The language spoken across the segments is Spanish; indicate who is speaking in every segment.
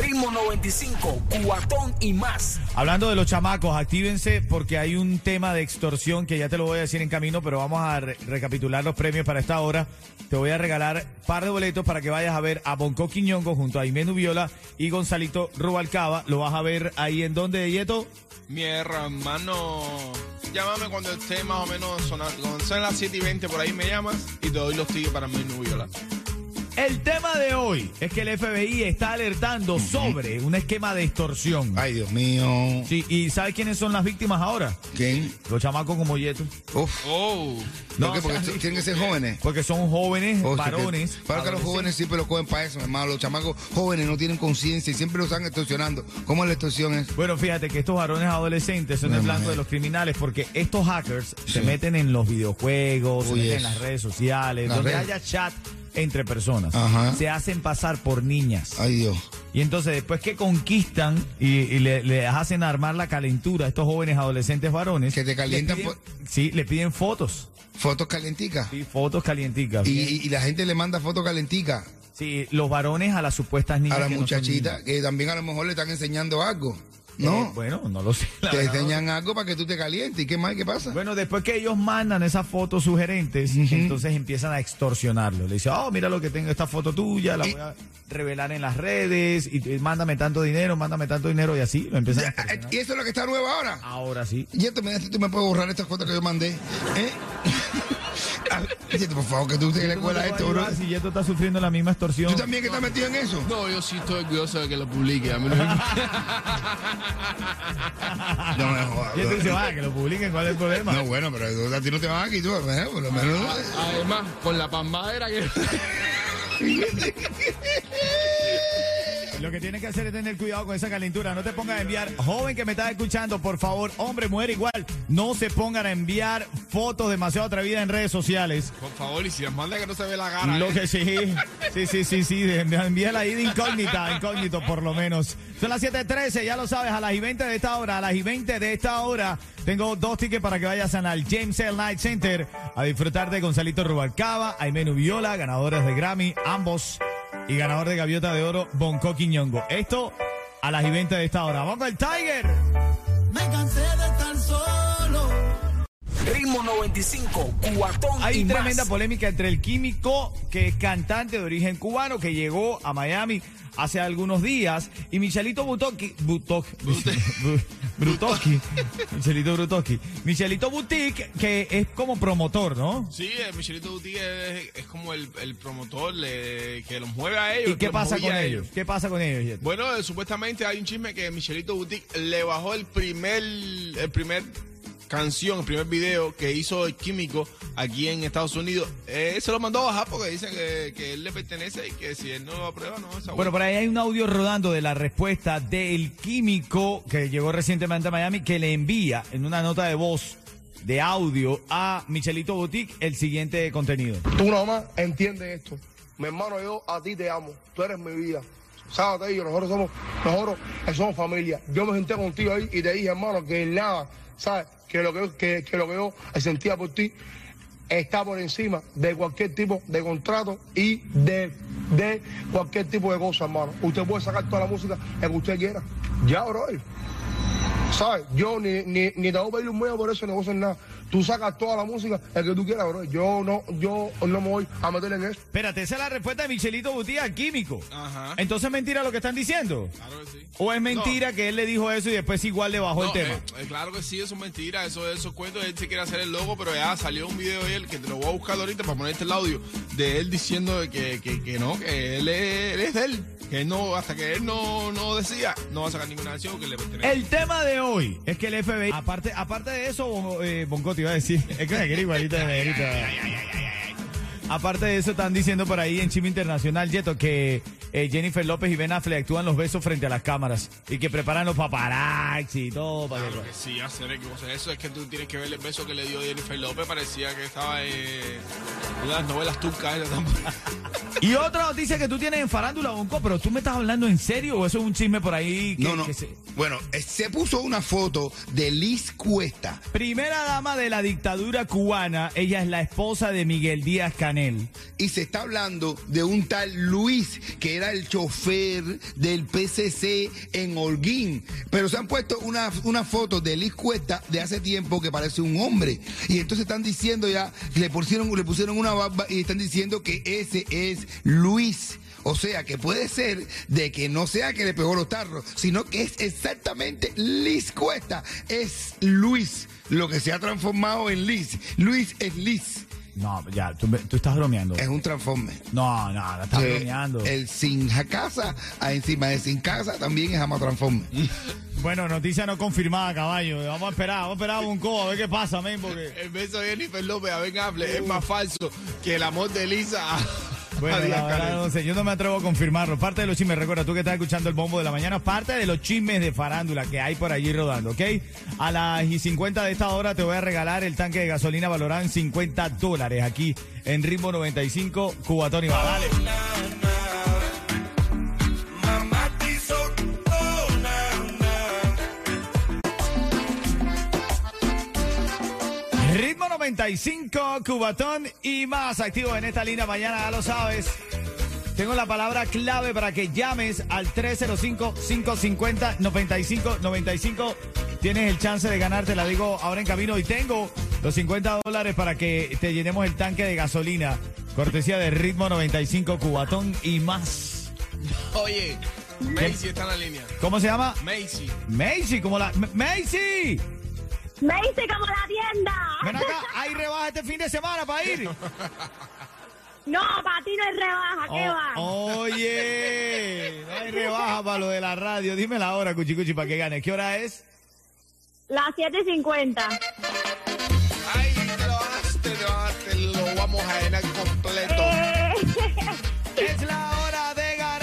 Speaker 1: Ritmo 95, Cubatón y más.
Speaker 2: Hablando de los chamacos, actívense porque hay un tema de extorsión que ya te lo voy a decir en camino, pero vamos a re- recapitular los premios para esta hora. Te voy a regalar par de boletos para que vayas a ver a Bonco Quiñongo junto a Imenu Viola y Gonzalito Rubalcaba. Lo vas a ver ahí en donde, Yeto.
Speaker 3: Mi hermano, llámame cuando esté más o menos sonando. Cuando sean las 7 y 20 por ahí me llamas y te doy los tickets para mi nubiola.
Speaker 2: El tema de hoy es que el FBI está alertando sobre un esquema de extorsión.
Speaker 4: Ay, Dios mío.
Speaker 2: Sí, ¿y sabes quiénes son las víctimas ahora?
Speaker 4: ¿Quién?
Speaker 2: Los chamacos como Yeto.
Speaker 4: Uf.
Speaker 3: Oh,
Speaker 4: ¿Por
Speaker 2: No,
Speaker 4: qué?
Speaker 2: o sea,
Speaker 4: Porque esto- tienen que ser jóvenes.
Speaker 2: Porque son jóvenes,
Speaker 4: Oh, sí, que-
Speaker 2: varones.
Speaker 4: Claro que los
Speaker 2: adolescentes.
Speaker 4: jóvenes siempre lo cogen para eso, hermano. Los chamacos jóvenes no tienen conciencia y siempre los están extorsionando. ¿Cómo es la extorsión es?
Speaker 2: Bueno, fíjate que estos varones adolescentes son el blanco de los criminales porque estos hackers se meten en los videojuegos, se
Speaker 4: Uy,
Speaker 2: meten en
Speaker 4: eso.
Speaker 2: las redes sociales,
Speaker 4: Las
Speaker 2: donde
Speaker 4: redes.
Speaker 2: haya chat entre personas.
Speaker 4: Ajá.
Speaker 2: Se hacen pasar por niñas.
Speaker 4: Ay, Dios.
Speaker 2: Y entonces después que conquistan y, y le, les hacen armar la calentura a estos jóvenes adolescentes varones.
Speaker 4: Que te calientan
Speaker 2: le piden-
Speaker 4: por-
Speaker 2: Sí, le piden fotos.
Speaker 4: Fotos calenticas.
Speaker 2: Sí, fotos calienticas.
Speaker 4: Y, y- y la gente le manda fotos calenticas
Speaker 2: Sí, los varones a las supuestas niñas.
Speaker 4: a las
Speaker 2: que no son
Speaker 4: muchachitas
Speaker 2: niñas.
Speaker 4: que también a lo mejor le están enseñando algo.
Speaker 2: Eh,
Speaker 4: No,
Speaker 2: bueno, no lo sé. la
Speaker 4: te
Speaker 2: verdad, no
Speaker 4: enseñan algo para que tú te calientes. ¿Y qué más? ¿Qué pasa?
Speaker 2: Bueno, después que ellos mandan esas fotos sugerentes, entonces empiezan a extorsionarlo. Le dice, oh, mira lo que tengo, esta foto tuya, la voy a revelar en las redes, y, y mándame tanto dinero, mándame tanto dinero, y así lo empiezan a
Speaker 4: Ya, eh,
Speaker 2: extorsionar.
Speaker 4: ¿Y eso es lo que está nuevo ahora?
Speaker 2: Ahora sí.
Speaker 4: Yeto, me tú me puedes borrar estas fotos que yo mandé. ¿Eh? Ah, Yeto, por favor, que tú te le
Speaker 2: ¿Cómo te
Speaker 4: cuelas
Speaker 2: va a
Speaker 4: esto, bro.
Speaker 2: ayudar Si Yeto está sufriendo la misma extorsión.
Speaker 4: ¿Tú también que estás metido en eso?
Speaker 3: no, yo sí estoy orgulloso de que lo publique. A mí no me importa.
Speaker 2: Ah,
Speaker 4: No me jodas.
Speaker 2: Yeto dice,
Speaker 4: bro.
Speaker 2: vaya, que lo publiquen, ¿cuál es el problema?
Speaker 4: No, bueno, pero eso a ti no te van aquí, tú, ¿eh? por lo menos.
Speaker 3: Además, con la pambadera que.
Speaker 2: Lo que tienes que hacer es tener cuidado con esa calentura. No te pongas a enviar, joven que me estás escuchando, por favor, hombre, mujer igual, no se pongan a enviar fotos demasiado atrevidas en redes sociales.
Speaker 3: Por favor, y si las manda que no se ve la cara.
Speaker 2: Lo
Speaker 3: ¿eh?
Speaker 2: que sí, sí, sí, sí, sí, de- de- envíala ahí de incógnita, incógnito por lo menos. Son las 7.13, ya lo sabes, a las y 20 de esta hora, a las y 20 de esta hora, tengo dos tickets para que vayas al James L. Night Center a disfrutar de Gonzalito Rubalcaba, Aimenu Viola, ganadores de Grammy, ambos, y ganador de Gaviota de Oro, Bonco Quiñongo. Esto a las y 20 de esta hora. ¡Vamos con el Tiger!
Speaker 1: Ritmo 95, Cubatón
Speaker 2: Hay
Speaker 1: y más.
Speaker 2: tremenda polémica entre el químico, que es cantante de origen cubano, que llegó a Miami hace algunos días, y Michelito Butoki. Butok, Bu- Brutoski. Michelito Brutoski. Michelito Boutique, que es como promotor, ¿no?
Speaker 3: Sí, eh, Michelito Guti es, es como el, el promotor le- que los mueve a ellos.
Speaker 2: ¿Y qué
Speaker 3: los
Speaker 2: pasa
Speaker 3: movía
Speaker 2: con
Speaker 3: a
Speaker 2: ellos? ¿Qué pasa con ellos? Yeto?
Speaker 3: Bueno, eh, supuestamente hay un chisme que Michelito Boutique le bajó el primer, el primer canción, el primer video que hizo el químico aquí en Estados Unidos. Eh, se lo mandó a bajar porque dicen que, que él le pertenece y que si él no lo aprueba, no esa
Speaker 2: Bueno, por ahí hay un audio rodando de la respuesta del químico que llegó recientemente a Miami que le envía en una nota de voz de audio a Michelito Boutique el siguiente contenido.
Speaker 5: Tú nomás entiendes esto. Mi hermano, yo a ti te amo. Tú eres mi vida. Sábate ahí, nosotros somos, nosotros eh, somos familia. Yo me senté contigo ahí y te dije, hermano, que nada, ¿sabes? Que lo que, yo- que, que lo que yo sentía por ti está por encima de cualquier tipo de contrato y de, de cualquier tipo de cosa, hermano. Usted puede sacar toda la música que usted quiera. Ya, bro. ¿Sabes? Yo ni, ni, ni te voy a pedir un medio por eso, ni voy a hacer nada. Tú sacas toda la música, el que tú quieras, bro. Yo no, yo no me voy a meter en eso.
Speaker 2: Espérate, esa es la respuesta de Michelito Butía al químico.
Speaker 3: Ajá.
Speaker 2: Entonces es mentira lo que están diciendo.
Speaker 3: Claro que sí.
Speaker 2: O es mentira que él le dijo eso y después igual le bajó el
Speaker 3: No,
Speaker 2: tema.
Speaker 3: eh, eh, claro que sí, eso es mentira, eso esos cuentos, él se quiere hacer el logo, pero ya salió un video de él que te lo voy a buscar ahorita para ponerte el audio de él diciendo de que, que, que no, que él es, él es de él, que él no, hasta que él no, no decía, no va a sacar ninguna canción que le pertenece.
Speaker 2: El tema de hoy es que el FBI, aparte, aparte de eso, Bongo- eh, Bongo te iba a decir, es que me quería igualita de negrita. Aparte de eso, están diciendo por ahí en Chima Internacional, Yeto, que eh, Jennifer López y Ben Affleck actúan los besos frente a las cámaras y que preparan los paparazzi y todo para
Speaker 3: Claro que Pues sí, hacer que cosas. Eso es que tú tienes que ver el beso que le dio Jennifer López. Parecía que estaba eh, en las novelas turcas. ¿eh? esas tampoco.
Speaker 2: Y otra noticia que tú tienes en Farándula Bonco, pero tú me estás hablando en serio o eso es un chisme por ahí que-
Speaker 6: No, no.
Speaker 2: que se-
Speaker 6: Bueno, eh, se puso una foto de Liz Cuesta.
Speaker 2: Primera dama de la dictadura cubana, ella es la esposa de Miguel Díaz Canel.
Speaker 6: y se está hablando de un tal Luis, que era el chofer del PCC en Holguín. Pero se han puesto una, una foto de Liz Cuesta de hace tiempo que parece un hombre. Y entonces están diciendo ya, le pusieron, le pusieron una barba y están diciendo que ese es Luis. O sea, que puede ser de que no sea que le pegó los tarros, sino que es exactamente Liz Cuesta. Es Luis lo que se ha transformado en Liz. Luis es Liz.
Speaker 2: No, ya, tú, me- tú estás bromeando.
Speaker 6: Es un transforme.
Speaker 2: No, no, la estás
Speaker 6: Eh,
Speaker 2: bromeando.
Speaker 6: El sin casa, ah, encima de sin casa, también es ama transforme.
Speaker 2: Bueno, noticia no confirmada, caballo. Vamos a esperar, vamos a esperar a Bonco, a ver qué pasa, men, porque...
Speaker 3: El beso de Jennifer López a Ben Affleck es más falso que el amor de Lisa. a-
Speaker 2: Bueno,
Speaker 3: a
Speaker 2: la
Speaker 3: Díaz-Canel.
Speaker 2: verdad, no sé, yo no me atrevo a confirmarlo. Parte de los chismes, recuerda, tú que estás escuchando el bombo de la mañana, parte de los chismes de farándula que hay por allí rodando, ¿ok? A las y 50 de esta hora te voy a regalar el tanque de gasolina valorado en 50 dólares aquí en Ritmo 95, Cubatón y va. Dale. Ritmo 95, Cubatón y más activo en esta línea mañana, ya lo sabes. Tengo la palabra clave para que llames al 305-550-9595. Tienes el chance de ganarte, la digo ahora en camino. Y tengo los 50 dólares para que te llenemos el tanque de gasolina. Cortesía de Ritmo 95, Cubatón y más.
Speaker 3: Oye, Macy está en la línea.
Speaker 2: ¿Cómo se llama?
Speaker 3: Macy.
Speaker 2: Macy, como la... M- ¡Macy!
Speaker 7: Me hice como la tienda.
Speaker 2: Ven acá, hay rebaja este fin de semana para ir.
Speaker 7: No, para ti no es rebaja, ¿qué va?
Speaker 2: Oh, oye, no hay rebaja para lo de la radio. Dime la hora, Cuchicuchi, para que gane. ¿Qué hora es?
Speaker 7: Las 7.50.
Speaker 3: Ay, te lo ganaste, te lo ganaste, Lo vamos a llenar completo.
Speaker 7: Eh,
Speaker 2: Es la hora de
Speaker 3: Es la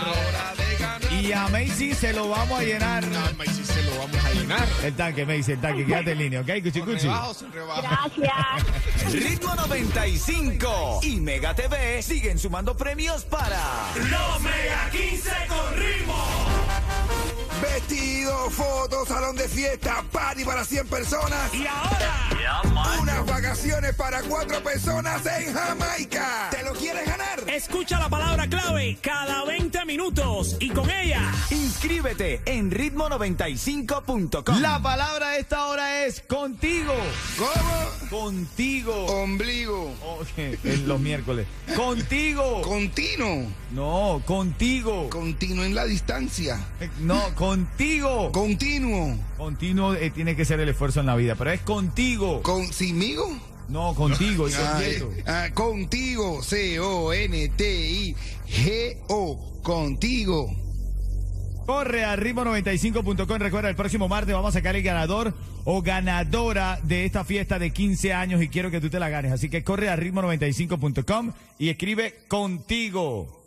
Speaker 2: ganar.
Speaker 3: hora de ganar.
Speaker 2: Y a Macy se lo vamos a llenar.
Speaker 3: No, Macy se lo vamos a llenar.
Speaker 2: El tanque, Macy, el tanque. Quédate en línea, ¿ok,
Speaker 3: ¿Con
Speaker 2: Cuchicuchi?
Speaker 3: rebaja o sin rebaja?
Speaker 7: gracias.
Speaker 8: Ritmo 95 y Mega TV siguen sumando premios para
Speaker 4: Vestido, fotos, salón de fiesta, party para 100 personas. Y ahora, unas vacaciones para 4 personas en Jamaica. ¿Te lo quieres ganar?
Speaker 1: Escucha la palabra clave cada 20 minutos y con ella.
Speaker 8: Inscríbete en ritmo95.com.
Speaker 2: La palabra de esta hora es contigo.
Speaker 6: ¿Cómo?
Speaker 2: Contigo.
Speaker 6: Ombligo.
Speaker 2: Oh, en los miércoles. Contigo.
Speaker 6: Continuo.
Speaker 2: No, contigo.
Speaker 6: Continuo en la distancia.
Speaker 2: Eh, No, contigo.
Speaker 6: Continuo.
Speaker 2: Continuo eh, tiene que ser el esfuerzo en la vida, pero es contigo.
Speaker 6: ¿Con simigo?
Speaker 2: No, contigo. y con
Speaker 6: Ay,
Speaker 2: yeso.
Speaker 6: ah, contigo. C-O-N-T-I-G-O. Contigo.
Speaker 2: Corre a ritmo95.com. Recuerda, el próximo martes vamos a sacar el ganador o ganadora de esta fiesta de 15 años y quiero que tú te la ganes. Así que corre a ritmo95.com y escribe contigo.